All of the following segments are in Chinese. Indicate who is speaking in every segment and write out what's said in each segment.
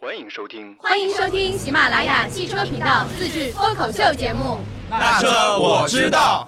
Speaker 1: 欢迎收听。
Speaker 2: 欢迎收听喜马拉雅汽车频道自制脱口秀节目。
Speaker 3: 那车我知道。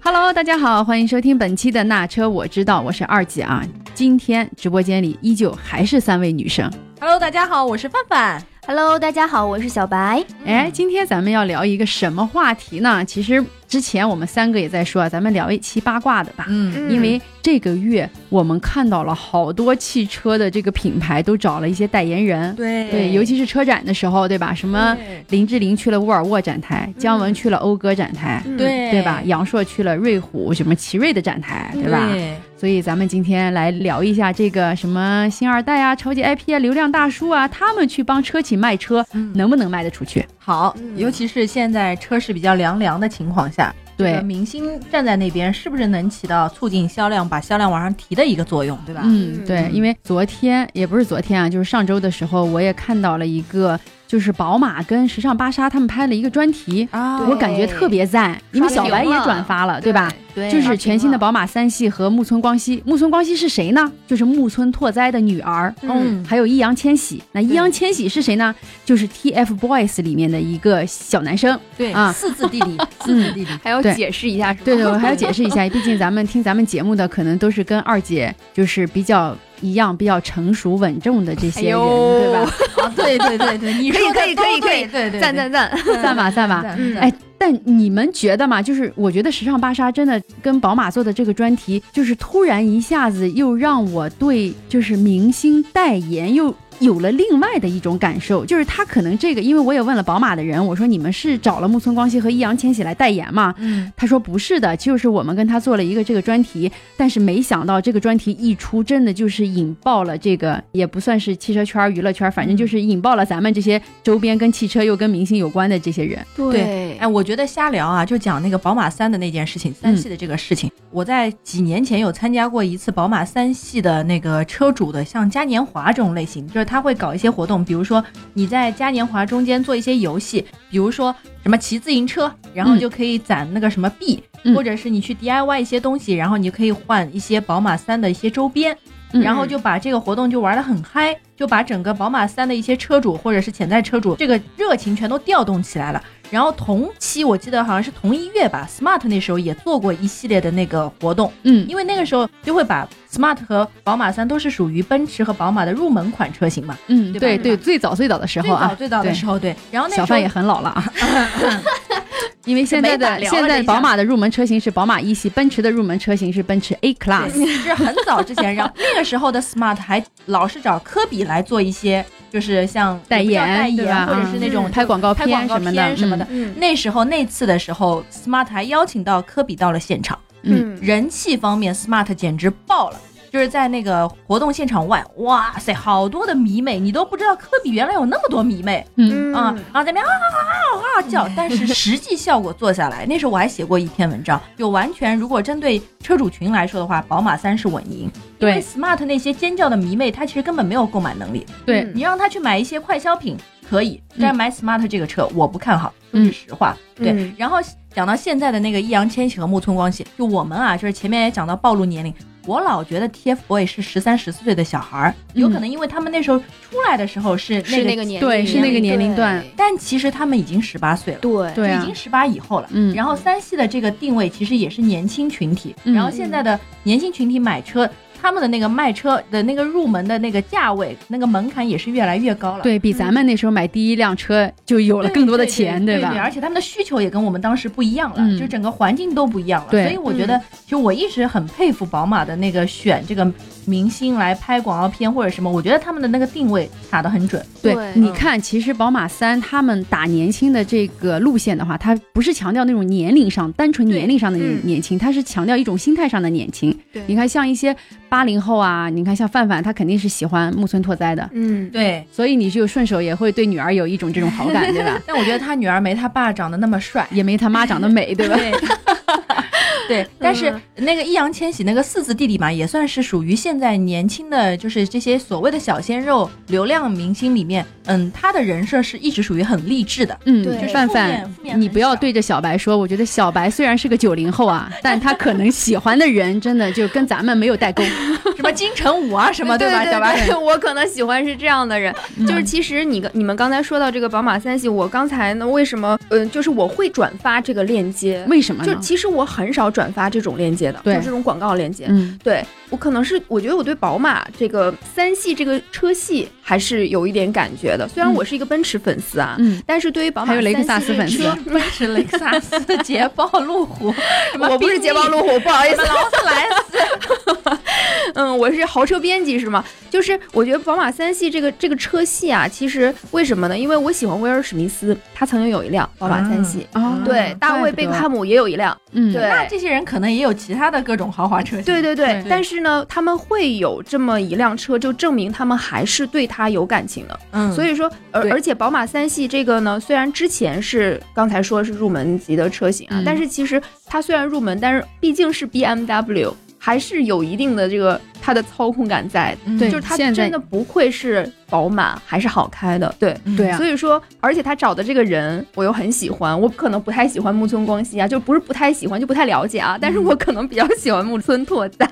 Speaker 4: Hello，大家好，欢迎收听本期的《那车我知道》，我是二姐啊。今天直播间里依旧还是三位女生。
Speaker 5: Hello，大家好，我是范范。
Speaker 6: Hello，大家好，我是小白。
Speaker 4: 哎，今天咱们要聊一个什么话题呢？其实之前我们三个也在说，啊，咱们聊一期八卦的吧。
Speaker 5: 嗯，
Speaker 4: 因为这个月我们看到了好多汽车的这个品牌都找了一些代言人，
Speaker 5: 对
Speaker 4: 对，尤其是车展的时候，对吧？什么林志玲去了沃尔沃展台，姜文去了讴歌展台，
Speaker 5: 嗯对
Speaker 4: 对吧？杨烁去了瑞虎什么奇瑞的展台，对吧？所以咱们今天来聊一下这个什么星二代啊、超级 IP 啊、流量大叔啊，他们去帮车企卖车，
Speaker 5: 嗯
Speaker 4: 能不能卖得出去？
Speaker 5: 好，
Speaker 6: 嗯
Speaker 5: 尤其是现在车市比较凉凉的情况下，这个
Speaker 4: 对，
Speaker 5: 明星站在那边，是不是能起到促进销量、把销量往上提的一个作用，对吧？
Speaker 4: 嗯，对，因为昨天也不是昨天啊，就是上周的时候，我也看到了一个，就是宝马跟时尚芭莎他们拍了一个专题。
Speaker 5: 啊
Speaker 4: 我感觉特别赞，因为小白也转发了，对吧？
Speaker 6: 对
Speaker 4: 就是全新的宝马三系和木村光希。木村光希是谁呢？就是木村拓哉的女儿。
Speaker 5: 嗯
Speaker 4: 还有易烊千玺。那易烊千玺是谁呢？就是 TFBOYS 里面的一个小 男生。
Speaker 5: 对
Speaker 4: 啊
Speaker 5: 四字弟弟，四字弟弟，
Speaker 6: 还要
Speaker 4: 对
Speaker 6: 解释一下是吧？
Speaker 4: 对对，我还要解释一下，毕竟咱们听咱们节目的可能都是跟二姐就是比较一样、比较成熟稳重的这些人，
Speaker 6: 哎呦
Speaker 4: 对吧？
Speaker 5: 啊，对对对对，你
Speaker 6: 可以
Speaker 5: 说的
Speaker 6: 可以
Speaker 5: 都
Speaker 6: 可以可
Speaker 5: 对
Speaker 6: 以
Speaker 5: 对对，啊
Speaker 6: 赞赞赞！
Speaker 4: 赞吧赞吧
Speaker 6: 嗯
Speaker 4: 哎但你们觉得嘛？就是我觉得时尚芭莎真的跟宝马做的这个专题，就是突然一下子又让我对就是明星代言又。有了另外的一种感受，就是他可能这个，因为我也问了宝马的人，我说你们是找了木村光希和易烊千玺来代言吗？
Speaker 5: 嗯，
Speaker 4: 他说不是的，就是我们跟他做了一个这个专题，但是没想到这个专题一出，真的就是引爆了这个，也不算是汽车圈、娱乐圈，反正就是引爆了咱们这些周边跟汽车又跟明星有关的这些人。
Speaker 5: 对哎，我觉得瞎聊啊，就讲那个宝马三的那件事情，
Speaker 4: 嗯
Speaker 5: 三系的这个事情。我在几年前有参加过一次宝马三系的那个车主的，像嘉年华这种类型，就是他会搞一些活动，比如说你在嘉年华中间做一些游戏，比如说什么骑自行车，然后
Speaker 4: 嗯
Speaker 5: 就可以攒那个什么币，
Speaker 4: 嗯
Speaker 5: 或者是你去 DIY 一些东西，然后你就可以换一些宝马三的一些周边。
Speaker 4: 嗯
Speaker 5: 然后就把这个活动就玩得很嗨，就把整个宝马三的一些车主或者是潜在车主这个热情全都调动起来了。然后同期我记得好像是同一月吧，Smart 那时候也做过一系列的那个活动，
Speaker 4: 嗯
Speaker 5: 因为那个时候就会把 Smart 和宝马三都是属于奔驰和宝马的入门款车型嘛。
Speaker 4: 嗯，
Speaker 5: 对吧
Speaker 4: 对
Speaker 5: 对
Speaker 4: 对，最早最早的时
Speaker 5: 最
Speaker 4: 候
Speaker 5: 早
Speaker 4: 啊，
Speaker 5: 最早的
Speaker 4: 对
Speaker 5: 时候，对，然后那
Speaker 4: 小
Speaker 5: 时候
Speaker 4: 范也很老了 啊。因为现在
Speaker 5: 没法
Speaker 4: 的
Speaker 5: 聊了
Speaker 4: 现
Speaker 5: 这
Speaker 4: 在
Speaker 5: 一下
Speaker 4: 宝马的入门车型是宝马一系，奔驰的入门车型是奔驰 A Class。
Speaker 5: 对是很早之 前，然后那个时候的 Smart 还老是找科比来做一些，就是像
Speaker 4: 代
Speaker 5: 也不叫
Speaker 4: 言
Speaker 5: 代
Speaker 4: 对吧
Speaker 5: 言或者是那种
Speaker 4: 嗯拍广告
Speaker 5: 拍广
Speaker 4: 片
Speaker 5: 告
Speaker 4: 什么的
Speaker 5: 片什么的。
Speaker 6: 嗯
Speaker 5: 那时候那次的时候，Smart 还邀请到科比到了现场，
Speaker 6: 嗯
Speaker 5: 人气方面，Smart 简直爆了。就是在那个活动现场外，哇塞，好多的迷妹，你都不知道科比原来有那么多迷妹
Speaker 4: 嗯
Speaker 5: 啊、然后在那边啊啊啊啊 叫，但是实际效果做下来，那时候我还写过一篇文章，就完全如果针对车主群来说的话，宝马三是稳赢，因
Speaker 4: 对
Speaker 5: 为 Smart 那些尖叫的迷妹，她其实根本没有购买能力，
Speaker 4: 对，
Speaker 5: 嗯你让他去买一些快消品可以，但买 Smart 这个车我不看好，说句
Speaker 4: 嗯
Speaker 5: 实话。对
Speaker 6: 嗯，
Speaker 5: 然后讲到现在的那个易烊千玺和木村光希，就我们啊，就是前面也讲到暴露年龄。我老觉得 TFBOY 是十三、十四岁的小孩儿，有可能因为他们那时候出来的时候是那
Speaker 6: 是
Speaker 5: 个，
Speaker 6: 那个年龄，
Speaker 4: 对是那个年龄段
Speaker 5: 但其实他们已经十八岁了，
Speaker 6: 对
Speaker 4: 对啊
Speaker 5: 已经十八以后了。
Speaker 4: 嗯
Speaker 5: 然后三系的这个定位其实也是年轻群体，
Speaker 4: 嗯
Speaker 5: 然后现在的年轻群体买车，他们的那个卖车的那个入门的那个价位，那个门槛也是越来越高了。
Speaker 4: 对比咱们那时候买第一辆车就有
Speaker 5: 嗯对，
Speaker 4: 了呃更多的
Speaker 5: 对对
Speaker 4: 钱，
Speaker 5: 对
Speaker 4: 吧？
Speaker 5: 而且他们的需求也跟我们当时不一样了，
Speaker 4: 嗯
Speaker 5: 就整个环境都不一样了。
Speaker 4: 对
Speaker 5: 所以我
Speaker 6: 嗯
Speaker 5: 觉得，就我一直很佩服宝马的那个选这个明星来拍广告片或者什么，我觉得他们的那个定位打得很准。
Speaker 4: 对
Speaker 6: 对，
Speaker 4: 你看，其实宝马三他们打年轻的这个路线的话，它不是强调那种年龄上单纯年龄上的
Speaker 6: 对
Speaker 4: 年
Speaker 6: 嗯
Speaker 4: 年轻，它是强调一种心态上的年轻。
Speaker 6: 对
Speaker 4: 你看，像一些八零后啊，你看像范范，他肯定是喜欢木村拓哉的，
Speaker 6: 嗯，
Speaker 5: 对，
Speaker 4: 所以你就顺手也会对女儿有一种这种好感， 对吧？
Speaker 5: 但我觉得他女儿没他爸长得那么帅。
Speaker 4: 也没他妈长得美，对吧？
Speaker 5: 对， 对，但
Speaker 6: 嗯
Speaker 5: 是那个易烊千玺那个四字弟弟嘛，也算是属于现在年轻的，就是这些所谓的小鲜肉流量明星里面，嗯，他的人设是一直属于很励志的。
Speaker 4: 嗯
Speaker 6: 对，
Speaker 4: 范
Speaker 5: 负面
Speaker 4: 范
Speaker 5: 负面，很
Speaker 4: 你不要
Speaker 5: 少
Speaker 4: 对着小白说，我觉得小白虽然是个九零后啊，但他可能喜欢的人真的就跟咱们没有代沟。
Speaker 5: 什么金城武啊，什么
Speaker 6: 对
Speaker 5: 吧？小白
Speaker 6: 对，我可能喜欢是这样的人，
Speaker 4: 嗯
Speaker 6: 就是其实你你们刚才说到这个宝马三系，我刚才呢为什么嗯、呃就是我会转发这个链接，
Speaker 4: 为什么
Speaker 6: 就
Speaker 4: 呢？
Speaker 6: 其实我很少转发这种链接的，就
Speaker 4: 对
Speaker 6: 是这种广告链接。
Speaker 4: 嗯，
Speaker 6: 对我可能是我觉得我对宝马这个三系这个车系还是有一点感觉的，虽然
Speaker 4: 嗯
Speaker 6: 我是一个奔驰粉丝啊，
Speaker 4: 嗯
Speaker 6: 但是对于宝马
Speaker 4: 还有雷克
Speaker 6: 三
Speaker 4: 萨
Speaker 6: 系
Speaker 4: 斯
Speaker 6: 这
Speaker 4: 粉
Speaker 6: 车
Speaker 4: 丝，
Speaker 5: 奔驰、雷克萨斯、捷豹、路虎，什么
Speaker 6: 我不是
Speaker 5: 宾
Speaker 6: 捷
Speaker 5: 利
Speaker 6: 豹路虎，不好意
Speaker 5: 什
Speaker 6: 思
Speaker 5: 么，劳斯莱斯，
Speaker 6: 嗯，我是豪车编辑是吗？就是我觉得宝马三系这个这个车系啊，其实为什么呢？因为我喜欢威尔史密斯，他曾经有一辆宝马三系。
Speaker 4: 哦，
Speaker 6: 对，大卫贝克汉姆也有一辆，
Speaker 4: 嗯，
Speaker 6: 对
Speaker 5: 那这些人可能也有其他的各种豪华车型。
Speaker 6: 对对对。
Speaker 5: 对
Speaker 6: 但是呢，他们会有这么一辆车，就证明他们还是对它有感情的。
Speaker 5: 嗯，
Speaker 6: 所
Speaker 5: 以
Speaker 6: 以说，而
Speaker 5: 对
Speaker 6: 而且宝马三系这个呢，虽然之前是刚才说是入门级的车型啊，
Speaker 4: 嗯
Speaker 6: 但是其实它虽然入门，但是毕竟是 BMW，还是有一定的这个它的操控感在。
Speaker 5: 嗯
Speaker 4: 嗯对
Speaker 6: 就是它
Speaker 4: 现在
Speaker 6: 真的不愧是宝马，还是好开的。对，
Speaker 4: 对啊
Speaker 6: 所，以说，而且他找的这个人，我又很喜欢。我可能不太喜欢木村光希啊，就不是不太喜欢，就不太了解啊。但是我可能比较喜欢木村拓哉。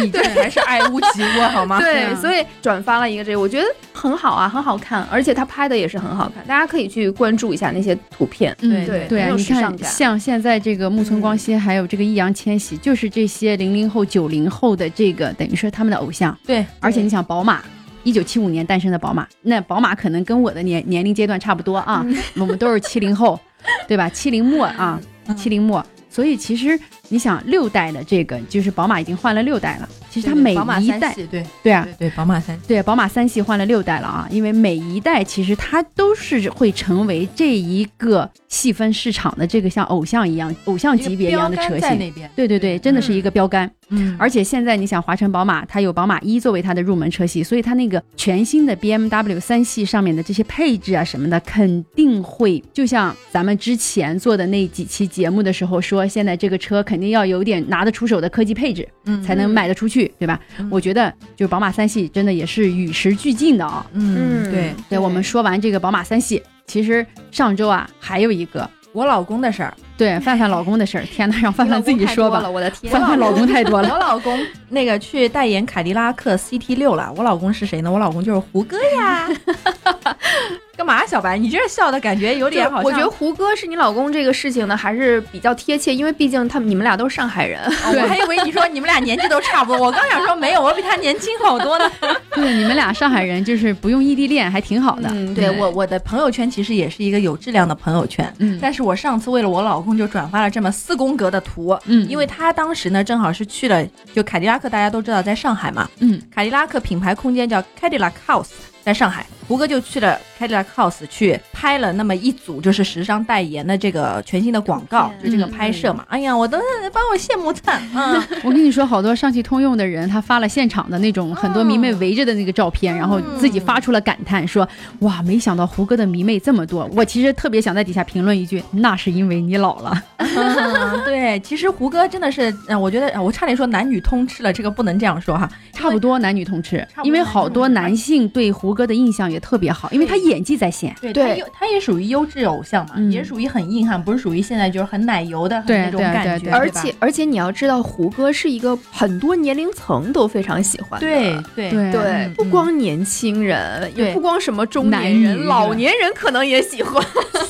Speaker 5: 你这还是爱屋及乌 好吗？
Speaker 4: 对啊
Speaker 6: 对，所以转发了一个这个，我觉得很好啊，很好看，而且他拍的也是很好看，大家可以去关注一下那些图片。
Speaker 4: 嗯
Speaker 5: 对
Speaker 4: 对
Speaker 6: 很
Speaker 4: 啊，
Speaker 6: 有
Speaker 4: 你
Speaker 6: 时
Speaker 4: 看
Speaker 6: 尚，感嗯
Speaker 4: 像现在这个木村光希，还有这个易烊千玺，就是这些零零后、九零后的这个，等于说他们的偶像。
Speaker 5: 对，
Speaker 4: 而且你想，宝马，一九七五年诞生的宝马，那宝马可能跟我的年年龄阶段差不多啊，
Speaker 6: 嗯
Speaker 4: 我们都是七零后， 对吧？七零末啊，
Speaker 5: 嗯
Speaker 4: 七零末。所以其实你想，六代的这个就是宝马已经换了六代了，其实它每
Speaker 5: 宝马
Speaker 4: 一
Speaker 5: 三
Speaker 4: 代，
Speaker 5: 系，对
Speaker 4: 对啊
Speaker 5: 对，对，宝马三系。
Speaker 4: 对，宝马三系换了六代了啊，因为每一代其实它都是会成为这一个细分市场的这个像偶像一样、偶像级别一样的车
Speaker 5: 标杆在
Speaker 4: 型。
Speaker 5: 那嗯边，
Speaker 4: 对对对，真的是一个标杆。
Speaker 5: 嗯
Speaker 4: 而且现在你想，华晨宝马它有宝马一作为它的入门车系，所以它那个全新的 BMW 三系上面的这些配置啊什么的，肯定会就像咱们之前做的那几期节目的时候说，现在这个车肯定要有点拿得出手的科技配置，
Speaker 5: 嗯
Speaker 4: 才能卖得出去，对吧？
Speaker 5: 嗯
Speaker 4: 我觉得就是宝马三系真的也是与时俱进的啊、
Speaker 5: 嗯，
Speaker 6: 嗯
Speaker 5: 对
Speaker 4: 对，我们说完这个宝马三系，其实上周啊还有一个
Speaker 5: 我老公的事儿，
Speaker 4: 对范范老公的事儿，天呐，让范
Speaker 6: 你老
Speaker 4: 范自
Speaker 6: 公
Speaker 4: 己
Speaker 6: 太
Speaker 4: 说
Speaker 6: 多了
Speaker 4: 吧。
Speaker 6: 我的天，啊
Speaker 4: 范范老公太多
Speaker 5: 我
Speaker 4: 了，
Speaker 5: 老公那个去代言凯迪拉克 CT 六了。我老公是谁呢？我老公就是胡歌呀。 干嘛，小白？你这笑的感觉有
Speaker 6: 就
Speaker 5: 点好像
Speaker 6: 我觉得胡歌是你老公这个事情呢，还是比较贴切，因为毕竟他们你们俩都是上海人。
Speaker 5: 哦我还以为你说你们俩年纪都差不多，我刚想说没有，我比他年轻好多呢。
Speaker 4: 对，你们俩上海人就是不用异地恋，还挺好的。
Speaker 6: 嗯
Speaker 5: 对我我的朋友圈其实也是一个有质量的朋友圈，
Speaker 4: 嗯
Speaker 5: 但是我上次为了我老公就转发了这么四宫格的图，
Speaker 4: 嗯
Speaker 5: 因为他当时呢正好是去了，就凯迪拉克大家都知道在上海嘛，
Speaker 4: 嗯，
Speaker 5: 凯迪拉克品牌空间叫 Cadillac House，在上海，胡歌就去了 Cadillac House 去拍了那么一组就是时尚代言的这个全新的广告，
Speaker 4: 啊
Speaker 5: 就这个拍摄
Speaker 4: 嗯
Speaker 5: 嘛，哎呀，我都把我羡慕惨啊！
Speaker 4: 我跟你说，好多上汽通用的人，他发了现场的那种很多迷
Speaker 6: 嗯
Speaker 4: 妹围着的那个照片，然后自己发出了感叹，说：“哇，没想到胡歌的迷妹这么多。”我其实特别想在底下评论一句：“那是因为你老了。
Speaker 5: 嗯，对，其实胡歌真的是，呃我觉得呃我差点说男女通吃了，这个不能这样说哈，”
Speaker 4: 差不多男女通吃
Speaker 5: 差不，多
Speaker 4: 因为好多男性对胡歌的印象也特别好，因为他演技在线。
Speaker 5: 对，
Speaker 6: 对
Speaker 5: 他也他也属于优质偶像嘛，
Speaker 4: 嗯
Speaker 5: 也属于很硬汉，不是属于现在就是很奶油的很
Speaker 4: 对
Speaker 5: 那种
Speaker 4: 对
Speaker 5: 感
Speaker 4: 对
Speaker 5: 觉，
Speaker 4: 对
Speaker 5: 吧
Speaker 6: 而且而且你要知道，胡歌是一个很多年龄层都非常喜欢的。
Speaker 5: 对对
Speaker 4: 对
Speaker 6: 对
Speaker 4: 嗯，
Speaker 6: 不光年轻人，也
Speaker 5: 对
Speaker 6: 不光什么中
Speaker 4: 男
Speaker 6: 年
Speaker 4: 女
Speaker 6: 人，
Speaker 4: 是
Speaker 6: 老
Speaker 4: 吧
Speaker 6: 年人可能也喜欢。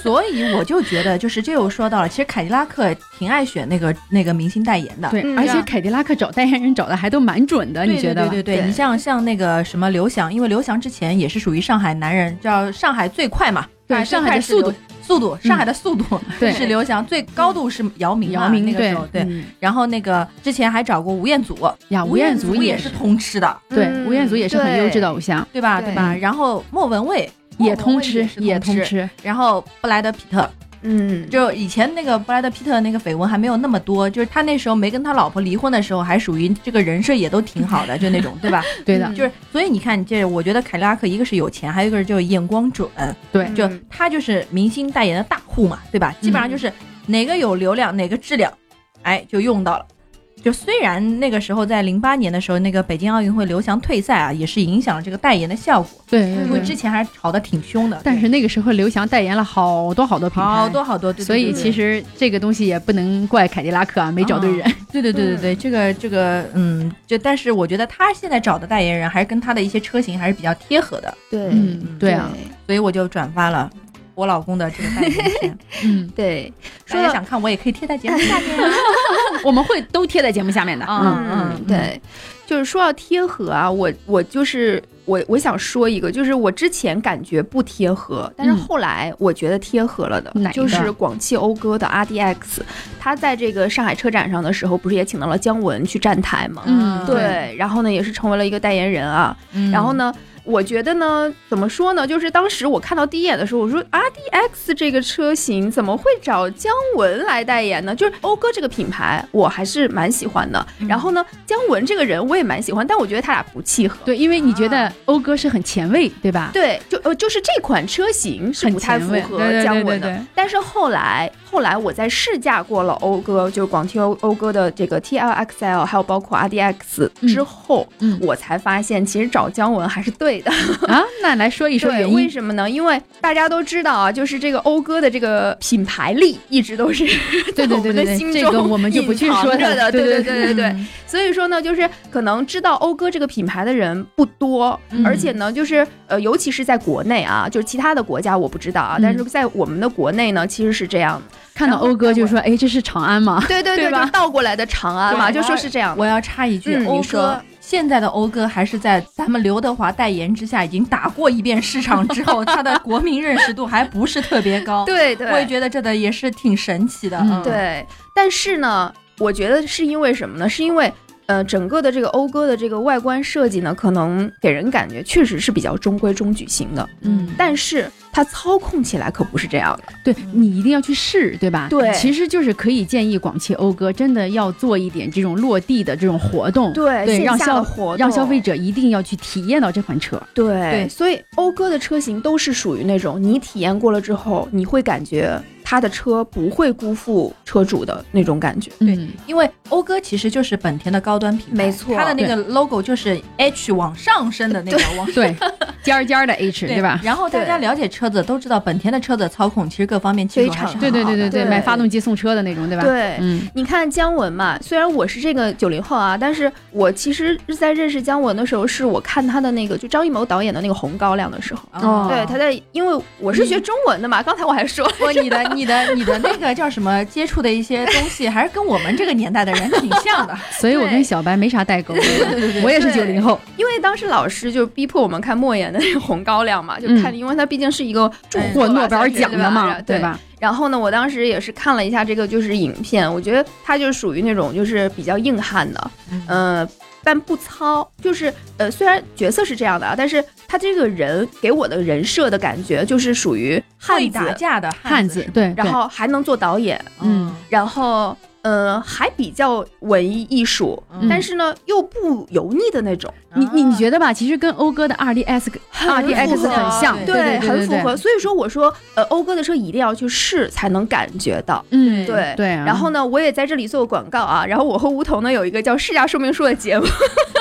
Speaker 5: 所以我就觉得就是这又说到了，其实凯迪拉克挺爱选那个那个明星代言的。
Speaker 4: 对，
Speaker 6: 嗯
Speaker 4: 而且
Speaker 6: 对
Speaker 4: 凯迪拉克找代言人找的还都蛮准的，
Speaker 5: 对
Speaker 4: 你觉得吧？
Speaker 5: 对对对对，
Speaker 6: 对
Speaker 5: 你像像那个什么刘翔，因为刘翔之前也是属于上海男人，叫上海最快嘛，
Speaker 4: 对
Speaker 5: 上
Speaker 4: 上海的
Speaker 5: 最
Speaker 4: 速
Speaker 5: 快是刘速度，上海的速度
Speaker 4: 对
Speaker 5: 是刘翔，最高度是姚明嘛，
Speaker 4: 姚明
Speaker 5: 那个时候对。
Speaker 4: 嗯
Speaker 5: 然后那个之前还找过吴彦祖，
Speaker 4: 呀，啊
Speaker 5: 吴
Speaker 4: 吴彦祖
Speaker 5: 也
Speaker 4: 是
Speaker 5: 通吃的，
Speaker 4: 对，
Speaker 6: 嗯
Speaker 4: 吴彦祖也是很优质的偶像，
Speaker 5: 对吧？
Speaker 6: 对
Speaker 5: 对吧？然后莫文蔚
Speaker 4: 也通吃，
Speaker 5: 也
Speaker 4: 也
Speaker 5: 通
Speaker 4: 通
Speaker 5: 吃。嗯
Speaker 4: 吃。
Speaker 5: 然后布莱德皮特，
Speaker 6: 嗯，
Speaker 5: 就以前那个布莱德皮特那个绯闻还没有那么多，就是他那时候没跟他老婆离婚的时候，还属于这个人设也都挺好的，就那种，对吧？
Speaker 4: 对的
Speaker 6: 嗯，
Speaker 5: 就是所以你看，这我觉得凯迪拉克一个是有钱，还有一个是就是眼光准，
Speaker 4: 对
Speaker 5: 就
Speaker 6: 嗯
Speaker 5: 他就是明星代言的大户嘛，对吧？基本上就是哪个有流量哪个质量。哎，就用到了。就虽然那个时候在零八年的时候，那个北京奥运会刘翔退赛啊，也是影响了这个代言的效果，
Speaker 4: 对
Speaker 5: 因为之前还吵得挺凶的。
Speaker 4: 嗯但是那个时候，刘翔代言了好多好多品牌，
Speaker 5: 好多好多，对
Speaker 4: 所以其实这个东西也不能怪凯迪拉克啊，没找对人。
Speaker 5: 对对对对对，这个这个，嗯，就但是我觉得他现在找的代言人还是跟他的一些车型还是比较贴合的，
Speaker 6: 对
Speaker 4: 嗯，对啊，
Speaker 5: 所以我就转发了我老公的这个代言片。
Speaker 4: 嗯，
Speaker 6: 对，
Speaker 5: 大
Speaker 6: 说
Speaker 5: 家
Speaker 6: 到
Speaker 5: 想看，我也可以贴在节目下面啊。
Speaker 4: 我们会都贴在节目下面的。
Speaker 6: 啊
Speaker 4: 嗯，
Speaker 5: 嗯嗯，
Speaker 6: 对，就是说到贴合啊，我我就是我我想说一个，就是我之前感觉不贴合，但是
Speaker 4: 嗯
Speaker 6: 后来我觉得贴合了的，
Speaker 4: 哪一
Speaker 6: 就
Speaker 4: 个
Speaker 6: 是广汽讴歌的 RDX，它在这个上海车展上的时候，不是也请到了姜文去站台吗？
Speaker 4: 嗯
Speaker 6: 对，然后呢，也是成为了一个代言人啊。
Speaker 5: 嗯
Speaker 6: 然后？呢，我觉得呢，怎么说呢？就是当时我看到第一眼的时候，我说 R D X 这个车型怎么会找姜文来代言呢？就是讴歌这个品牌，我还是蛮喜欢的。
Speaker 4: 嗯
Speaker 6: 然后呢，姜文这个人我也蛮喜欢，但我觉得他俩不契合。
Speaker 4: 对，因为你觉
Speaker 6: 啊
Speaker 4: 得讴歌是很前卫，对吧？
Speaker 6: 对，就呃，就是这款车型是不太符
Speaker 4: 很前
Speaker 6: 合
Speaker 4: 卫对对
Speaker 6: 姜文的。
Speaker 4: 对对对
Speaker 6: 但是后来，后来我在试驾过了讴歌，就是广汽讴讴歌的这个 TLXL，还有包括 RDX 之后，
Speaker 4: 嗯嗯
Speaker 6: 我才发现其实找姜文还是对的。
Speaker 4: 啊，那来说一说
Speaker 6: 对，
Speaker 4: 原
Speaker 6: 为
Speaker 4: 因。
Speaker 6: 什么呢？因为大家都知道啊，就是这个讴歌的这个品牌力一直都是 在
Speaker 4: 对对
Speaker 6: 我
Speaker 4: 对
Speaker 6: 们的
Speaker 4: 对对，
Speaker 6: 心
Speaker 4: 这个
Speaker 6: 中
Speaker 4: 我们就不去
Speaker 6: 隐藏
Speaker 4: 说
Speaker 6: 着
Speaker 4: 它
Speaker 6: 的，
Speaker 4: 对
Speaker 6: 对
Speaker 4: 对
Speaker 6: 对对对
Speaker 4: 嗯
Speaker 6: 所以说呢，就是可能知道讴歌这个品牌的人不多，
Speaker 4: 嗯
Speaker 6: 而且呢，就是呃，尤其是在国内啊，就是其他的国家我不知道啊，
Speaker 4: 嗯
Speaker 6: 但是在我们的国内呢，其实是这样的。
Speaker 4: 看到讴歌就说，哎，这是长安吗？
Speaker 6: 对对
Speaker 4: 对吧
Speaker 6: 就倒过来的长安嘛，
Speaker 5: 对
Speaker 6: 就说是这样的。
Speaker 5: 我要插一句，
Speaker 6: 嗯
Speaker 5: 讴
Speaker 6: 你
Speaker 5: 歌
Speaker 6: 说
Speaker 5: 现在的讴歌还是在咱们刘德华代言之下已经打过一遍市场之后，它的国民认识度还不是特别 高。，
Speaker 6: 对对，
Speaker 5: 我也觉得这个也是挺神奇的。嗯，
Speaker 6: 对，但是呢，我觉得是因为什么呢？是因为呃，整个的这个讴歌的这个外观设计呢，可能给人感觉确实是比较中规中矩型的，
Speaker 5: 嗯
Speaker 6: 但是它操控起来可不是这样的。
Speaker 4: 对你一定要去试，对吧？
Speaker 6: 对
Speaker 4: 其实就是可以建议广汽讴歌真的要做一点这种落地的这种活动，
Speaker 6: 对
Speaker 4: 对，
Speaker 6: 线
Speaker 4: 让
Speaker 6: 下
Speaker 4: 消
Speaker 6: 的活
Speaker 4: 让消
Speaker 6: 动
Speaker 4: 费者一定要去体验到这款车。
Speaker 6: 对，
Speaker 5: 对
Speaker 6: 所以讴歌的车型都是属于那种你体验过了之后，你会感觉它的车不会辜负车主的那种感觉。
Speaker 5: 对
Speaker 4: 嗯
Speaker 5: 因为讴歌其实就是本田的高端品牌，
Speaker 6: 没错
Speaker 5: 它的那个 logo 就是 H 往上升的那个往 上。
Speaker 4: 对， 尖儿尖 儿的 H，对吧？
Speaker 5: 然后大家
Speaker 6: 对
Speaker 5: 了解车子都知道，本田的车子操控其实各方面技术
Speaker 6: 非
Speaker 5: 还是
Speaker 6: 常
Speaker 5: 很
Speaker 4: 对对对对
Speaker 5: 好的
Speaker 4: 对，
Speaker 6: 对
Speaker 4: 买发动机送车的那种，对吧？
Speaker 6: 对
Speaker 4: 嗯，
Speaker 6: 你看姜文嘛，虽然我是这个九零后啊，但是我其实是在认识姜文的时候，是我看他的那个就张艺谋导演的那个《红高粱》的时候。
Speaker 5: 哦
Speaker 6: 对，他在，因为我是学中文的嘛， 刚才我还 说，
Speaker 5: 不，哦你 的、你的、你的那个叫什么接触的一些东西，还是跟我们这个年代的人挺 像 的。
Speaker 4: 所以我跟小白没啥代沟，我也是九零后，
Speaker 6: 因为当时老师就逼迫我们看莫言的那个《红高粱》嘛，就看，
Speaker 4: 嗯
Speaker 6: 因为他毕竟是一个著
Speaker 5: 哎
Speaker 4: 获
Speaker 6: 作吧
Speaker 4: 诺贝尔
Speaker 6: 算是
Speaker 4: 奖的嘛，
Speaker 6: 对
Speaker 4: 对？吧？
Speaker 6: 然后呢，我当时也是看了一下这个就是影片，我觉得它就属于那种就是比较硬汉的，
Speaker 5: 嗯
Speaker 6: 呃，但不糙，就是呃，虽然角色是这样的啊，但是他这个人给我的人设的感觉就是属于汉
Speaker 5: 会
Speaker 6: 子，
Speaker 5: 打架的
Speaker 4: 汉
Speaker 5: 子
Speaker 4: 子
Speaker 5: 是，吧，
Speaker 4: 对，
Speaker 6: 然
Speaker 4: 对
Speaker 6: 后还能做导演，
Speaker 4: 嗯
Speaker 6: 然后呃还比较文艺艺术，
Speaker 5: 嗯
Speaker 6: 但是呢又不油腻的那种，啊
Speaker 4: 你你你觉得吧？其实跟讴歌的 RDX
Speaker 6: 很
Speaker 4: RDX
Speaker 6: 符合
Speaker 4: 很像，
Speaker 5: 对
Speaker 4: 对对
Speaker 6: 很
Speaker 4: 对
Speaker 6: 符
Speaker 4: 对
Speaker 6: 合。，所以说我说呃，讴歌的车一定要去试才能感觉到。
Speaker 4: 嗯，
Speaker 6: 对
Speaker 4: 对啊。
Speaker 6: 然后呢，我也在这里做广告啊。 然后我和吴桐呢有一个叫试驾说明书的节目，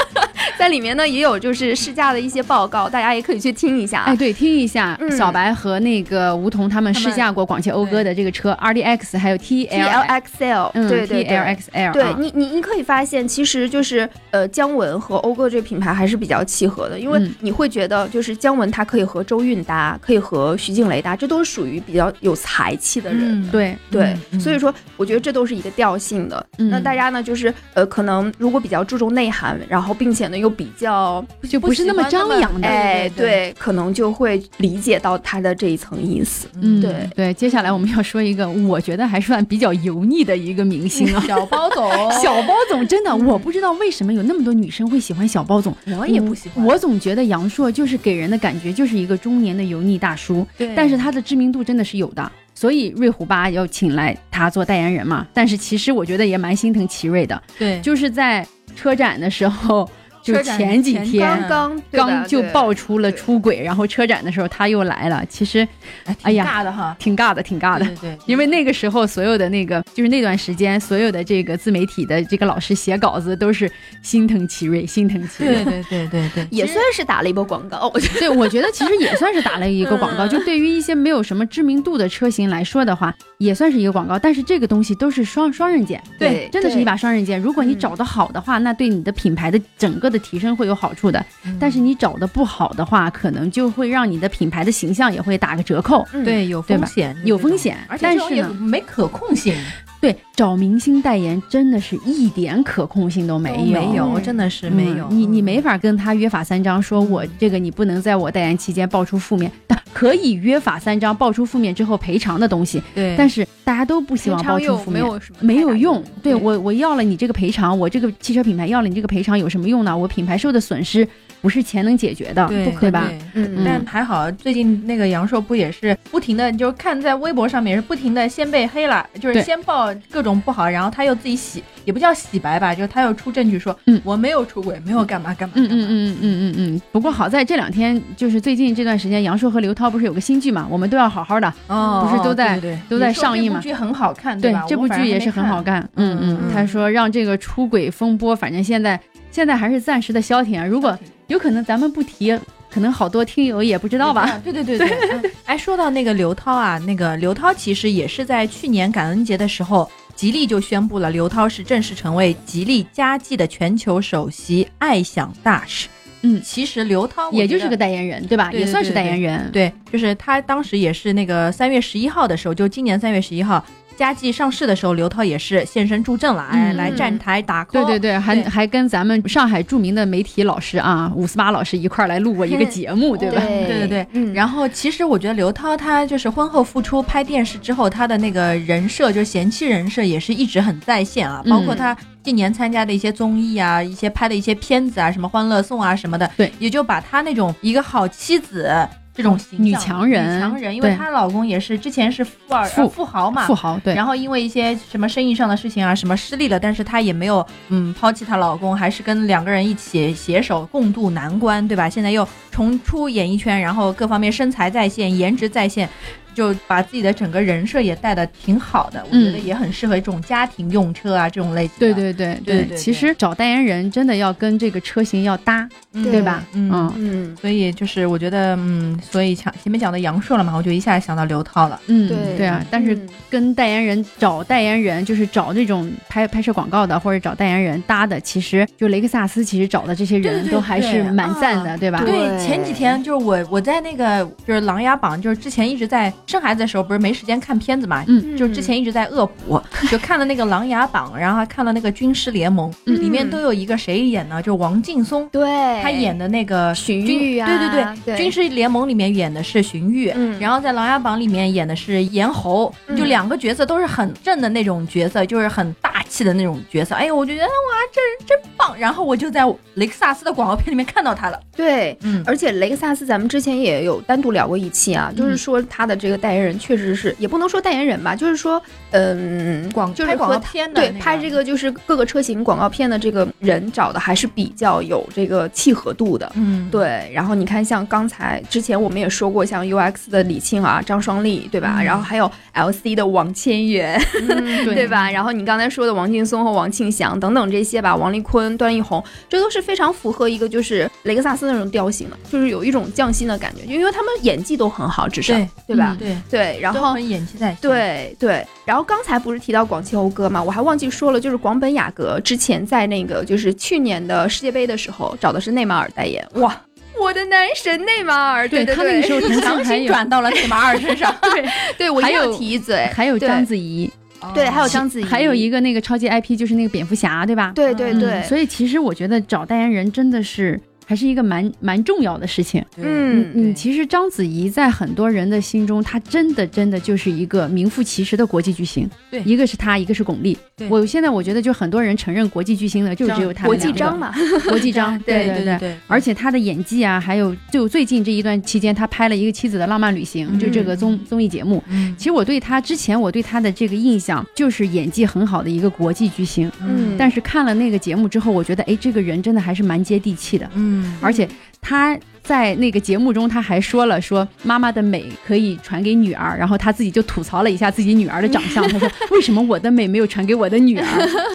Speaker 6: 在里面呢也有就是试驾的一些报告，大家也可以去听一下啊。
Speaker 4: 哎，对，听一下
Speaker 6: 嗯
Speaker 4: 小白和那个吴桐他们
Speaker 5: 他
Speaker 4: 试
Speaker 5: 们
Speaker 4: 驾过广汽讴歌的这个车 RDX，还有 TL，
Speaker 6: TLXL，
Speaker 4: 嗯
Speaker 6: 对对对。
Speaker 4: ，TLXL，
Speaker 6: 对
Speaker 4: 啊
Speaker 6: 你，你你可以发现，其实就是呃，姜文和讴歌这个品牌还是比较契合的，因为
Speaker 4: 嗯
Speaker 6: 你会觉得就是姜文他可以和周韵搭，可以和徐静蕾搭，这都是属于比较有才气的人。
Speaker 5: 嗯，
Speaker 4: 对，
Speaker 6: 对，
Speaker 5: 嗯
Speaker 6: 所以说我觉得这都是一个调性的。
Speaker 4: 嗯
Speaker 6: 那大家呢，就是呃，可能如果比较注重内涵，然后并且呢又比较
Speaker 4: 就不是那么张扬的。
Speaker 6: 哎，
Speaker 5: 对对
Speaker 6: 对，可能就会理解到他的这一层意思。
Speaker 4: 嗯，
Speaker 6: 对
Speaker 4: 对，接下来我们要说一个我觉得还算比较油腻的一个明星 啊，
Speaker 5: 小包总，
Speaker 4: 小包总。真
Speaker 6: 嗯
Speaker 4: 的，我不知道为什么有那么多女生会喜欢小包总，
Speaker 5: 我也不喜欢，
Speaker 4: 我总觉得杨烁就是给人的感觉就是一个中年的油腻大叔，
Speaker 5: 对
Speaker 4: 但是他的知名度真的是有的，所以瑞虎八要请来他做代言人嘛。但是其实我觉得也蛮心疼奇瑞的，
Speaker 5: 对
Speaker 4: 就是在车展的时候。就
Speaker 5: 车展
Speaker 4: 前几
Speaker 5: 前
Speaker 4: 天
Speaker 6: 刚刚对吧
Speaker 4: 刚就
Speaker 6: 对
Speaker 4: 爆出了
Speaker 6: 对
Speaker 4: 出轨，然后车展的时候他又来了，其实哎
Speaker 5: 哎
Speaker 4: 呀
Speaker 5: 呀，挺尬的哈，
Speaker 4: 挺尬的，挺尬的
Speaker 5: 对。对对，
Speaker 4: 因为那个时候，所有的那个就是那段时间，所有的这个自媒体的这个老师写稿子都是心疼奇瑞，心疼奇瑞
Speaker 5: 对。对对对对，
Speaker 6: 也算是打了一波广告，我觉得
Speaker 4: 对，我觉得其实也算是打了一个
Speaker 5: 嗯
Speaker 4: 广告，就对于一些没有什么知名度的车型来说的话，也算是一个广告。但是这个东西都是双双刃剑，
Speaker 6: 对
Speaker 4: 真的是
Speaker 6: 对
Speaker 4: 一把双刃剑。如果你
Speaker 6: 嗯
Speaker 4: 找得好的话，那对你的品牌的整个的提升会有好处的。
Speaker 5: 嗯
Speaker 4: 但是你找的不好的话，可能就会让你的品牌的形象也会打个折扣。
Speaker 6: 嗯
Speaker 5: 对有
Speaker 4: 对
Speaker 5: 风
Speaker 4: 吧
Speaker 5: 险，
Speaker 4: 有
Speaker 5: 这种
Speaker 4: 风险
Speaker 5: 而且
Speaker 4: 但
Speaker 5: 这种
Speaker 4: 是
Speaker 5: 也
Speaker 4: 呢
Speaker 5: 没可控性，
Speaker 4: 对，找明星代言真的是一点可控性都没
Speaker 5: 都
Speaker 4: 有，
Speaker 5: 没有，
Speaker 6: 嗯
Speaker 5: 真的是没有，
Speaker 4: 嗯你你没法跟他约法三章，说我这个你不能在我代言期间爆出负面，但可以约法三章，爆出负面之后赔偿的东西，
Speaker 5: 对，
Speaker 4: 但
Speaker 5: 是
Speaker 4: 是大家都不希
Speaker 6: 平
Speaker 4: 望
Speaker 6: 常
Speaker 4: 爆出
Speaker 6: 又
Speaker 4: 负
Speaker 6: 没
Speaker 4: 面。
Speaker 6: 有什么
Speaker 4: 没有
Speaker 6: 太大
Speaker 4: 用，对
Speaker 6: 对
Speaker 4: 我我要了你这个赔偿，我这个汽车品牌要了你这个赔偿有什么用呢？我品牌受的损失不是钱能解决的，
Speaker 5: 对
Speaker 4: 对吧？
Speaker 6: 嗯
Speaker 5: 但还好，最近那个杨烁不也是不停的，就是看在微博上面也是不停的先被黑了，就是
Speaker 4: 对
Speaker 5: 先爆各种不好，然后他又自己洗，也不叫洗白吧，就是他又出证据说，
Speaker 4: 嗯
Speaker 5: 我没有出轨，没有干嘛干嘛
Speaker 4: 嗯
Speaker 5: 干嘛。
Speaker 4: 嗯嗯嗯嗯嗯。不过好在这两天，就是最近这段时间，杨烁和刘涛不是有个新剧嘛，我们都要好好的，
Speaker 5: 哦，
Speaker 4: 不是都在
Speaker 5: 对对对
Speaker 4: 都在
Speaker 5: 你说
Speaker 4: 上映嘛
Speaker 5: 这部剧很好看，
Speaker 4: 对
Speaker 5: 吧？，
Speaker 4: 这
Speaker 5: 我
Speaker 4: 部
Speaker 5: 反而
Speaker 4: 剧也
Speaker 5: 还
Speaker 4: 是
Speaker 5: 没
Speaker 4: 很好
Speaker 5: 看。
Speaker 4: 看。嗯
Speaker 5: 嗯
Speaker 4: 嗯，他说让这个出轨风波，反正现在现在还是暂时的消停啊。如果有可能，咱们不提，可能好多听友也不知道吧？
Speaker 5: 对对对对。 嗯哎，说到那个刘涛啊，那个刘涛其实也是在去年感恩节的时候，吉利就宣布了刘涛是正式成为吉利佳绩的全球首席爱享大使。
Speaker 4: 嗯
Speaker 5: 其实刘涛我
Speaker 4: 也就
Speaker 5: 觉
Speaker 4: 是
Speaker 5: 得
Speaker 4: 个代言人，对吧？
Speaker 5: 对对
Speaker 4: 也算是
Speaker 5: 对
Speaker 4: 代
Speaker 5: 对
Speaker 4: 言人。
Speaker 5: 对，就是他当时也是那个三月十一号的时候，就今年三月十一号。佳绩上市的时候，刘涛也是现身助阵了，哎、
Speaker 4: 嗯
Speaker 5: 来站台打 call。
Speaker 4: 对对对，还
Speaker 5: 对
Speaker 4: 还跟咱们上海著名的媒体老师啊，伍思巴老师一块儿来录过一个节目，对吧？
Speaker 6: 对
Speaker 5: 对对对
Speaker 6: 嗯，
Speaker 5: 然后，其实我觉得刘涛她就是婚后复出拍电视之后，她的那个人设，就是贤妻人设，也是一直很在线啊。包括
Speaker 4: 嗯
Speaker 5: 她近年参加的一些综艺啊，一些拍的一些片子啊，什么《欢乐颂》啊什么的，
Speaker 4: 对，
Speaker 5: 也就把她那种一个好妻子这种形
Speaker 4: 哦
Speaker 5: 象，
Speaker 4: 女强人
Speaker 5: 女强人，因为
Speaker 4: 对
Speaker 5: 她老公也是之前是富二
Speaker 4: 富
Speaker 5: 呃富豪嘛，
Speaker 4: 富豪对，
Speaker 5: 然后因为一些什么生意上的事情啊，什么失利了，但是她也没有嗯抛弃她老公，还是跟两个人一起携手共度难关，对吧？现在又重出演艺圈，然后各方面身材在线，颜值在线，就把自己的整个人设也带的挺好的，我觉得
Speaker 4: 嗯
Speaker 5: 也很适合这种家庭用车啊这种类型
Speaker 4: 对
Speaker 5: 的。
Speaker 4: 对对
Speaker 5: 对对对
Speaker 4: 其实找代言人真的要跟这个车型要搭，
Speaker 5: 嗯
Speaker 4: 对吧？
Speaker 5: 嗯。
Speaker 4: 嗯
Speaker 6: 嗯，
Speaker 5: 所以就是我觉得，嗯，所以前前面讲的杨烁了嘛，我就一下想到刘涛了。
Speaker 4: 嗯，
Speaker 6: 对
Speaker 4: 对啊。但是
Speaker 6: 嗯
Speaker 4: 跟代言人找代言人，就是找这种拍拍摄广告的，或者找代言人搭的，其实就雷克萨斯其实找的这些
Speaker 5: 对对
Speaker 4: 人
Speaker 5: 对
Speaker 4: 都还是
Speaker 5: 对
Speaker 4: 蛮赞的，
Speaker 5: 啊
Speaker 4: 对吧？
Speaker 6: 对
Speaker 5: 对，前几天就是我我在那个就是《琅琊榜》，就是之前一直在生孩子的时候，不是没时间看片子嘛，
Speaker 4: 嗯
Speaker 5: 就之前一直在恶补，就看了那个《琅琊榜》，然后还看了那个《军师联盟》，
Speaker 4: 嗯
Speaker 5: 里面都有一个谁演呢？就是王劲松，
Speaker 6: 对
Speaker 5: 他演的那个
Speaker 6: 荀
Speaker 5: 军
Speaker 6: 彧啊，
Speaker 5: 对对对。
Speaker 6: 对，
Speaker 5: 军事联盟里面演的是荀彧，
Speaker 6: 嗯
Speaker 5: 然后在《琅琊榜》里面演的是严侯，
Speaker 6: 嗯
Speaker 5: 就两个角色都是很正的那种角色，就是很大气的那种角色。哎呦，我就觉得哇，这人真棒！然后我就在雷克萨斯的广告片里面看到他了。
Speaker 6: 对，
Speaker 5: 嗯，
Speaker 6: 而且雷克萨斯，咱们之前也有单独聊过一期啊，就是说他的这个代言人确实是，也不能说代言人吧，就是说，嗯，
Speaker 5: 广
Speaker 6: 就是
Speaker 5: 拍广
Speaker 6: 和
Speaker 5: 告
Speaker 6: 他
Speaker 5: 片的
Speaker 6: 对
Speaker 5: 嗯那
Speaker 6: 拍这个就是各个车型广告片的这个人找的还是比较有这个契合度的。
Speaker 5: 嗯，
Speaker 6: 对，然后你看，像刚才之前我们也说过，像 U X 的李沁啊、张双立，对吧？
Speaker 5: 嗯
Speaker 6: 然后还有 L C 的王千源，
Speaker 4: 对
Speaker 6: 对吧？然后你刚才说的王劲松和王庆祥等等这些吧，王丽坤、段奕宏，这都是非常符合一个就是雷克萨斯那种调性的，就是有一种匠心的感觉，因为他们演技都很好，至少
Speaker 5: 对
Speaker 6: 对嗯吧？
Speaker 5: 啊对，
Speaker 6: 对，然
Speaker 5: 都
Speaker 6: 后
Speaker 5: 很演技在线，
Speaker 6: 对对，然后刚才不是提到广汽讴歌嘛，我还忘记说了，就是广本雅阁之前在那个就是去年的世界杯的时候找的是内马尔代言，哇，我的男神内马尔，
Speaker 4: 对
Speaker 6: 对
Speaker 4: 他那个时候腾
Speaker 5: 强
Speaker 4: 讯还
Speaker 5: 行
Speaker 4: 有
Speaker 5: 转到了内马尔身 上。对
Speaker 6: 对嗯我一
Speaker 4: 还
Speaker 6: 定要
Speaker 4: 有
Speaker 6: 提一嘴，
Speaker 4: 还有
Speaker 6: 对
Speaker 4: 章子怡，
Speaker 5: 哦
Speaker 6: 对，还有章子怡，
Speaker 4: 还有一个那个超级 IP 就是那个蝙蝠侠，对吧？
Speaker 6: 对对
Speaker 5: 嗯
Speaker 6: 对，
Speaker 4: 所以其实我觉得找代言人真的是还是一个蛮蛮重要的事情。
Speaker 5: 嗯，
Speaker 6: 嗯
Speaker 4: 嗯，
Speaker 5: 对
Speaker 4: 其实章子怡在很多人的心中，她真的真的就是一个名副其实的国际巨星。
Speaker 5: 对
Speaker 4: 一个是她，一个是巩俐。
Speaker 5: 对
Speaker 4: 我现在我觉得，就很多人承认国际巨星的，就只有他
Speaker 6: 国
Speaker 4: 们
Speaker 6: 际
Speaker 4: 两个
Speaker 6: 章，嘛，
Speaker 4: 国际章，
Speaker 6: 对
Speaker 4: 对
Speaker 5: 对对对，
Speaker 4: 而且她的演技啊，还有就最近这一段期间，她拍了一个《妻子的浪漫旅行》，就这个综综艺节目。
Speaker 5: 嗯
Speaker 4: 其实我对她之前我对她的这个印象就是演技很好的一个国际巨星，
Speaker 5: 嗯
Speaker 4: 但是看了那个节目之后，我觉得哎，这个人真的还是蛮接地气的。
Speaker 5: 嗯，
Speaker 4: 而且他在那个节目中，他还说了说妈妈的美可以传给女儿，然后他自己就吐槽了一下自己女儿的长相，他说为什么我的美没有传给我的女儿，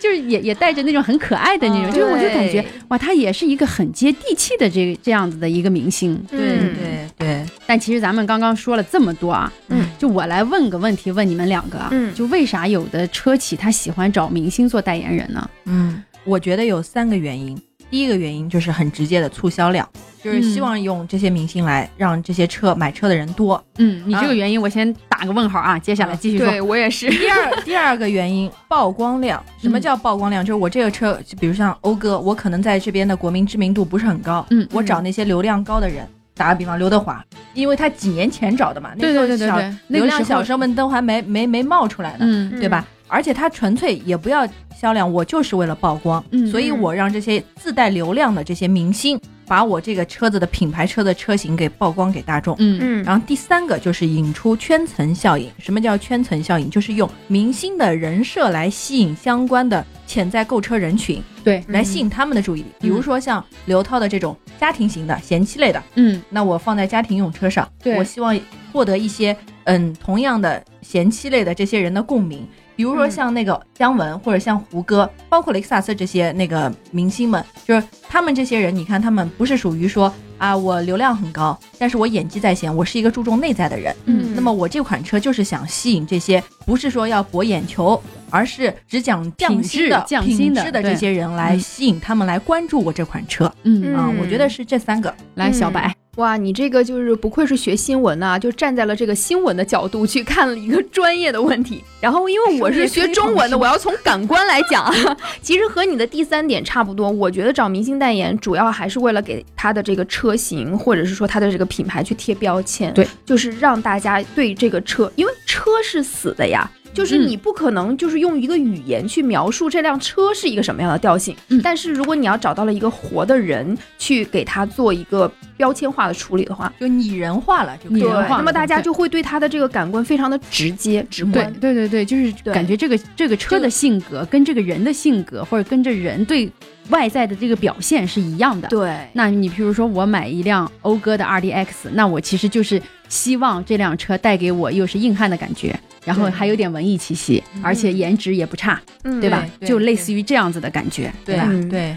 Speaker 4: 就是也也带着那种很可爱的那种，
Speaker 5: 哦
Speaker 4: 就是我就感觉
Speaker 6: 对
Speaker 4: 哇，他也是一个很接地气的这这样子的一个明星。
Speaker 5: 对
Speaker 6: 嗯
Speaker 5: 对对，
Speaker 4: 但其实咱们刚刚说了这么多啊，
Speaker 5: 嗯，
Speaker 4: 就我来问个问题，问你们两个啊，
Speaker 6: 嗯
Speaker 4: 就为啥有的车企他喜欢找明星做代言人呢？
Speaker 5: 嗯，我觉得有三个原因。第一个原因就是很直接的促销量，就是希
Speaker 4: 嗯
Speaker 5: 望用这些明星来让这些车买车的人多。
Speaker 4: 嗯，你这
Speaker 5: 啊
Speaker 4: 个原因我先打个问号啊，接下来继续说。
Speaker 6: 对我也是，
Speaker 5: 第二第二个原因，曝光量。什
Speaker 4: 嗯
Speaker 5: 么叫曝光量？就是我这个车，就比如像讴歌，我可能在这边的国民知名度不是很高，
Speaker 4: 嗯
Speaker 5: 我找那些流量高的人。打个比方，刘德华，因为他几年前找的嘛，那
Speaker 4: 对
Speaker 5: 时候
Speaker 4: 对对对
Speaker 5: 小
Speaker 4: 对那个
Speaker 5: 流量
Speaker 4: 时候
Speaker 5: 小生们都还没没没冒出来呢，
Speaker 4: 嗯，
Speaker 5: 对吧？而且他纯粹也不要销量，我就是为了曝光，
Speaker 4: 嗯
Speaker 5: 所以我让这些自带流量的这些明星，把我这个车子的品牌车的车型给曝光给大众。
Speaker 4: 嗯
Speaker 6: 嗯？嗯，
Speaker 5: 然后第三个就是引出圈层效应。什么叫圈层效应？就是用明星的人设来吸引相关的潜在购车人群，
Speaker 4: 对
Speaker 5: 来吸引他们的注意力。比如说像刘涛的这种家庭型的贤妻类的，
Speaker 4: 嗯，
Speaker 5: 那我放在家庭用车上，
Speaker 4: 对
Speaker 5: 我希望获得一些嗯同样的贤妻类的这些人的共鸣。比如说
Speaker 6: 嗯
Speaker 5: 像那个姜文或者像胡歌，包括雷克萨斯这些那个明星们，就是他们这些人，你看他们不是属于说啊我流量很高，但是我演技在线，我是一个注重内在的人。
Speaker 4: 嗯
Speaker 5: 那么我这款车就是想吸引这些不是说要博眼球，而是只讲匠心的
Speaker 4: 品质匠心的
Speaker 5: 品质的
Speaker 4: 对
Speaker 5: 这些人来
Speaker 4: 嗯
Speaker 5: 吸引他们来关注我这款车
Speaker 4: 嗯
Speaker 5: 啊、
Speaker 6: 嗯
Speaker 5: 我觉得是这三个。
Speaker 4: 来，小白，
Speaker 6: 哇，你这个就是不愧是学新闻呐、就站在了这个新闻的角度去看了一个 专业的问题。然后，因为我是学中文的，我要从感官来讲啊。其实和你的第三点差不多，我觉得找明星代言主要还是为了给他的这个车型或者是说他的这个品牌去贴标签，
Speaker 4: 对，
Speaker 6: 就是让大家对这个车，因为车是死的呀。就是
Speaker 4: 嗯
Speaker 6: 你不可能就是用一个语言去描述这辆车是一个什么样的调性，
Speaker 4: 嗯
Speaker 6: 但是如果你要找到了一个活的人去给他做一个标签化的处理的话，
Speaker 5: 就拟人化了，就可
Speaker 4: 拟
Speaker 5: 以
Speaker 6: 对，嗯
Speaker 4: 人化
Speaker 6: 那么
Speaker 4: 了
Speaker 6: 大
Speaker 4: 对
Speaker 6: 家就会对他的这个感官非常的直接直
Speaker 4: 对
Speaker 6: 观。
Speaker 4: 嗯对对对，就是
Speaker 6: 对
Speaker 4: 感觉这个这个车的性格跟这个人的性格，或者跟这人对外在的这个表现是一样的。
Speaker 6: 对
Speaker 4: 那你譬如说我买一辆讴歌的 RDX，那我其实就是希望这辆车带给我又是硬汉的感觉，然后
Speaker 5: 对
Speaker 4: 还有点文艺气息，而且颜值也不差，
Speaker 6: 嗯
Speaker 4: 对吧？
Speaker 5: 对
Speaker 4: 就
Speaker 5: 对
Speaker 4: 类似于这样子的感觉，
Speaker 5: 对
Speaker 4: 吧？
Speaker 5: 吧
Speaker 6: 嗯
Speaker 5: 对，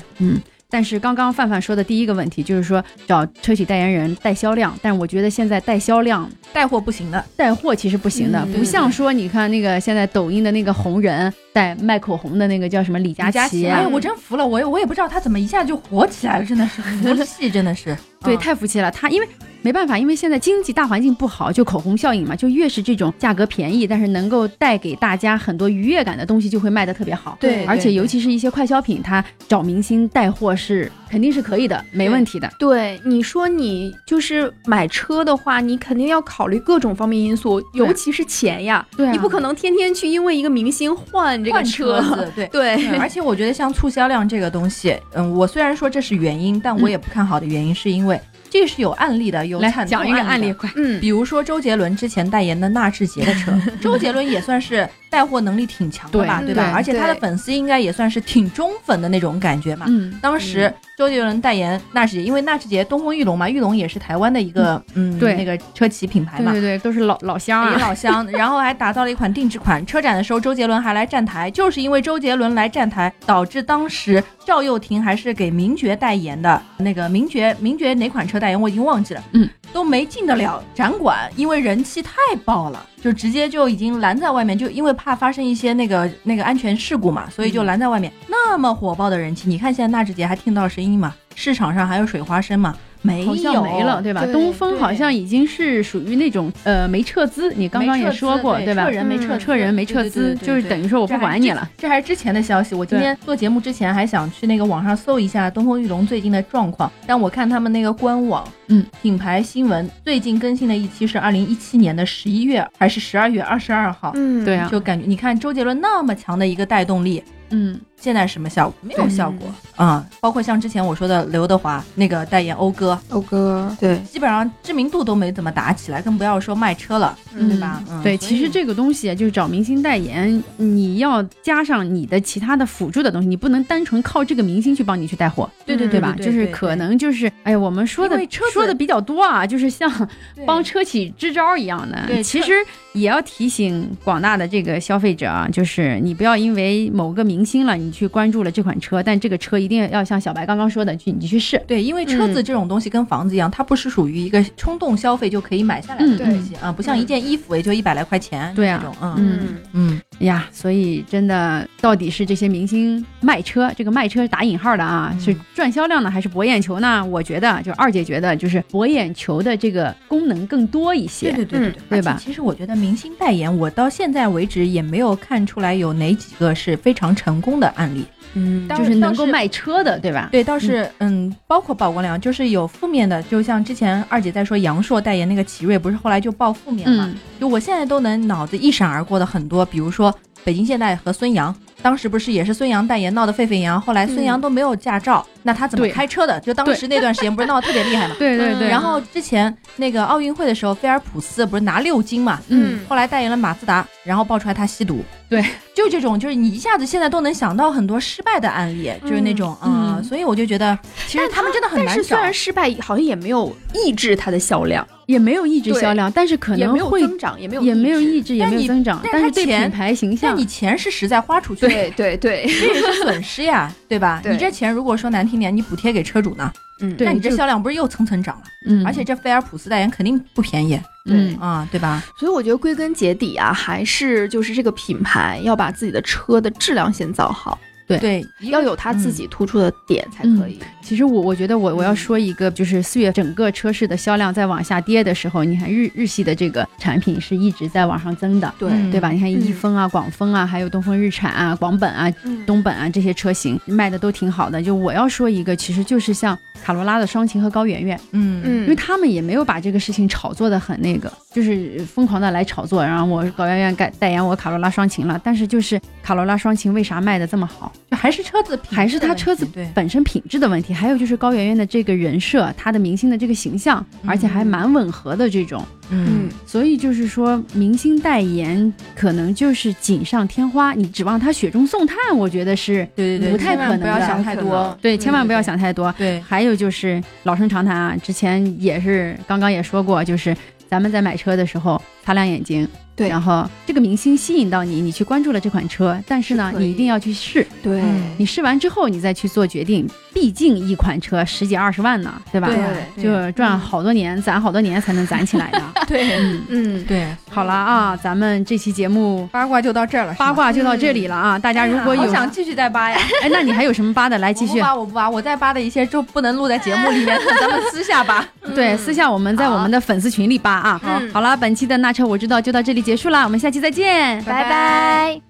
Speaker 4: 但是刚刚范范说的第一个问题就是说找车企代言人带销量，但我觉得现在带销量
Speaker 5: 带货不行的，
Speaker 4: 带货其实不行的，
Speaker 5: 嗯
Speaker 4: 不像说你看那个现在抖音的那个红人带卖口红的那个叫什么李佳
Speaker 5: 李佳
Speaker 4: 琦，
Speaker 5: 哎，我真服了，我也我也不知道他怎么一下就火起来了，真的是服气，真的 是，
Speaker 4: 对，
Speaker 5: 嗯
Speaker 4: 太服气了。他因为没办法，因为现在经济大环境不好，就口红效应嘛，就越是这种价格便宜，但是能够带给大家很多愉悦感的东西，就会卖得特别好。
Speaker 5: 对
Speaker 4: 而且尤其是一些快消品，他找明星带货是肯定是可以的，没问题的。
Speaker 6: 对，你说你就是买车的话，你肯定要考虑各种方面因素，尤其是钱呀。
Speaker 4: 对啊
Speaker 6: 你不可能天天去因为一个明星换这个
Speaker 5: 换车子，对。
Speaker 6: 对
Speaker 5: 对，而且我觉得像促销量这个东西，嗯，我虽然说这是原因，但我也不看好的原因是因为这是有案例的，有
Speaker 4: 来
Speaker 5: 惨痛
Speaker 4: 讲一个案
Speaker 5: 案
Speaker 4: 例，
Speaker 5: 的。
Speaker 4: 快。
Speaker 6: 嗯，
Speaker 5: 比如说周杰伦之前代言的纳智捷的车，周杰伦也算是带货能力挺强的吧，
Speaker 4: 对
Speaker 5: 对吧？
Speaker 4: 对
Speaker 5: 而且他的
Speaker 6: 对
Speaker 5: 粉丝应该也算是挺忠粉的那种感觉嘛。
Speaker 4: 嗯，
Speaker 5: 当时周杰伦代言纳智捷，因为纳智捷东风裕隆嘛，裕隆也是台湾的一个嗯
Speaker 4: 对
Speaker 5: 那个车企品牌
Speaker 4: 对
Speaker 5: 嘛
Speaker 4: 对。对，都是老老乡
Speaker 5: 也
Speaker 4: 啊。
Speaker 5: 老乡，然后还打造了一款定制款。车展的时候，周杰伦还来站台，就是因为周杰伦来站台，导致当时赵又廷还是给名爵代言的那个名爵，名爵哪款车代言我已经忘记了，
Speaker 4: 嗯，
Speaker 5: 都没进得了展馆，因为人气太爆了，就直接就已经拦在外面，就因为怕发生一些那个那个安全事故嘛，所以
Speaker 4: 嗯
Speaker 5: 就拦在外面。那么火爆的人气，你看现在纳智捷还听到声音嘛，市场上还有水花生嘛，没
Speaker 4: 好像
Speaker 5: 有
Speaker 4: 没了，对吧？东风好像已经是属于那种呃没撤资，你刚刚也说过，
Speaker 5: 没撤资对
Speaker 4: 对吧
Speaker 5: 撤？人没撤
Speaker 6: 嗯
Speaker 5: 资
Speaker 4: 撤人没撤
Speaker 5: 对
Speaker 4: 资，
Speaker 5: 对对对
Speaker 4: 就是等于说我不管你了。
Speaker 5: 这还是之前的消息。我今天做节目之前还想去那个网上搜一下东风裕隆最近的状况，但我看他们那个官网，
Speaker 4: 嗯，
Speaker 5: 品牌新闻最近更新的一期是二零一七年的十一月还是十二月二十二号，
Speaker 6: 嗯，
Speaker 4: 对啊，
Speaker 5: 就感觉你看周杰伦那么强的一个带动力，
Speaker 4: 嗯，
Speaker 5: 现在什么效果？没有效果啊、包括像之前我说的刘德华那个代言讴歌，
Speaker 6: 讴嗯歌，对，
Speaker 5: 基本上知名度都没怎么打起来，更不要说卖车了，
Speaker 6: 嗯
Speaker 5: 对吧？嗯，
Speaker 4: 对，
Speaker 5: 所以
Speaker 4: 其实这个东西啊就是找明星代言，你要加上你的其他的辅助的东西，你不能单纯靠这个明星去帮你去带货，
Speaker 5: 对对
Speaker 6: 嗯
Speaker 4: 对吧？就是可能就是，哎呀，我们说的
Speaker 5: 因为车子
Speaker 4: 说的比较多啊，就是像帮
Speaker 5: 帮
Speaker 4: 车企支招一样的。
Speaker 5: 对
Speaker 4: 其
Speaker 5: 车
Speaker 4: 实也要提醒广大的这个消费者啊，就是你不要因为某个明星了，你去关注了这款车，但这个车一定要像小白刚刚说的，去你去试。
Speaker 5: 对，因为车
Speaker 4: 嗯
Speaker 5: 子这种东西跟房子一样，它不是属于一个冲动消费就可以买下来的
Speaker 4: 嗯
Speaker 5: 东西啊，不像一件衣服也就一百来块钱
Speaker 4: 对啊
Speaker 5: 这种，嗯
Speaker 6: 嗯
Speaker 4: 嗯，
Speaker 5: 嗯，
Speaker 4: 呀，所以真的到底是这些明星卖车，这个卖车打引号的啊，
Speaker 5: 嗯
Speaker 4: 是赚销量呢，还是博眼球呢？我觉得，就二姐觉得，就是博眼球的这个功能更多一些。
Speaker 6: 对
Speaker 5: 对
Speaker 6: 对
Speaker 5: 对
Speaker 4: 嗯对吧
Speaker 5: 其实我觉得明星代言，我到现在为止也没有看出来有哪几个是非常成功的案例。
Speaker 4: 嗯
Speaker 5: 当
Speaker 4: 就是
Speaker 5: 然
Speaker 4: 能够
Speaker 5: 当时
Speaker 4: 卖车的，对吧？
Speaker 5: 对，倒是嗯包括曝光量，就是有负面的，就像之前二姐在说杨烁代言那个奇瑞，不是后来就爆负面嘛？
Speaker 4: 嗯，
Speaker 5: 就我现在都能脑子一闪而过的很多，比如说北京现代和孙杨，当时不是也是孙杨代言闹得沸沸扬扬，后来孙杨都没有驾照，那他怎么
Speaker 4: 对？
Speaker 5: 开车的？就当时那段时间不是闹得特别厉害嘛
Speaker 4: 对对对。
Speaker 5: 然后之前那个奥运会的时候，菲尔普斯不是拿六金嘛？
Speaker 4: 嗯，
Speaker 5: 后来代言了马自达，然后爆出来他吸毒。
Speaker 4: 对，
Speaker 5: 就这种，就是你一下子现在都能想到很多失败的案例，就是那种啊、
Speaker 4: 嗯
Speaker 5: 所以我就觉得其实他们真的很
Speaker 6: 但
Speaker 5: 难
Speaker 6: 是虽
Speaker 5: 找。
Speaker 6: 然失败，好像也没有抑制它的销量，
Speaker 4: 也没有抑制
Speaker 6: 对
Speaker 4: 销量，但是可
Speaker 6: 也
Speaker 4: 能
Speaker 6: 没有
Speaker 4: 会
Speaker 6: 增长，也没有
Speaker 4: 也没有
Speaker 6: 抑
Speaker 4: 抑
Speaker 6: 制。
Speaker 4: 制，也
Speaker 5: 但
Speaker 4: 没有
Speaker 5: 你
Speaker 4: 增长，
Speaker 5: 但
Speaker 4: 但是
Speaker 5: 它
Speaker 4: 对品
Speaker 5: 钱
Speaker 4: 牌形象，
Speaker 5: 但你钱是实在花出去的，
Speaker 6: 对对 对，
Speaker 5: 这也是损失呀，对吧？
Speaker 6: 对
Speaker 5: 你这钱如果说难听点，你补贴给车主呢，
Speaker 6: 嗯，
Speaker 4: 对
Speaker 5: 那你这
Speaker 4: 就
Speaker 5: 销量不是又蹭蹭涨了？
Speaker 4: 嗯，
Speaker 5: 而且这菲尔普斯代言肯定不便宜
Speaker 4: 嗯
Speaker 5: 啊，对吧？
Speaker 6: 所以我觉得归根结底啊，还是就是这个品牌要把自己的车的质量先造好，
Speaker 5: 对，
Speaker 6: 要有它自己
Speaker 5: 嗯
Speaker 6: 突出的点才可以。
Speaker 4: 其实我我觉得我我要说一个，就是四月整个车市的销量在往下跌的时候，你看日日系的这个产品是一直在往上增的，
Speaker 6: 对，
Speaker 5: 嗯
Speaker 4: 对吧？你看
Speaker 6: 嗯
Speaker 4: 一丰啊、广丰啊，还有东风日产啊、广本啊、
Speaker 6: 嗯
Speaker 4: 东本啊这些车型卖的都挺好的。就我要说一个，其实就是像卡罗拉的双擎和高圆圆，
Speaker 5: 嗯嗯
Speaker 6: 嗯，
Speaker 4: 因为他们也没有把这个事情炒作的很那个，就是疯狂的来炒作，然后我高圆圆代代言我卡罗拉双擎了，但是就是卡罗拉双擎为啥卖的这么好？
Speaker 5: 就还是车子品质的问题，
Speaker 4: 还是他车子
Speaker 5: 对，
Speaker 4: 本身品质的问题，还有就是高圆圆的这个人设，她的明星的这个形象，
Speaker 5: 嗯
Speaker 4: 而且还蛮吻合的这种。
Speaker 6: 嗯，
Speaker 4: 所以就是说，明星代言可能就是锦上添花，你指望他雪中送炭，我觉得是
Speaker 5: 对对对，
Speaker 4: 不太可能
Speaker 5: 千万不要
Speaker 4: 的
Speaker 5: 想太多，
Speaker 4: 对，千万不要想太多。
Speaker 5: 对，
Speaker 4: 还有就是老生常谈啊，之前也是刚刚也说过，就是咱们在买车的时候擦亮眼睛，
Speaker 6: 对
Speaker 5: 嗯
Speaker 4: 然后这个明星吸引到你，你去关注了这款车，但是呢
Speaker 6: 是，可以
Speaker 4: 你一定要去试，
Speaker 6: 对
Speaker 5: 嗯
Speaker 4: 你试完之后你再去做决定，毕竟一款车十几二十万呢，对吧？
Speaker 5: 对
Speaker 6: 对
Speaker 5: 对
Speaker 4: 就赚好多年，攒好多年才能攒起来的。
Speaker 5: 对
Speaker 4: 嗯，
Speaker 6: 嗯，
Speaker 5: 对，
Speaker 4: 好了啊，咱们这期节目
Speaker 5: 八卦就到这儿了，是吗
Speaker 4: 八。卦就到这里了啊！大家如果
Speaker 5: 我
Speaker 4: 有，
Speaker 5: 想继续再扒呀，
Speaker 4: 哎，那你还有什么八的来继
Speaker 5: 我不
Speaker 4: 续？
Speaker 5: 扒我不扒，我再扒的一些就不能录在节目里 面，咱们私下扒。
Speaker 4: 对，私下我们在
Speaker 6: 好
Speaker 4: 我们的粉丝群里扒啊。好，好了，本期的那车我知道就到这里结束了，我们下期再见，
Speaker 5: 拜
Speaker 6: 拜拜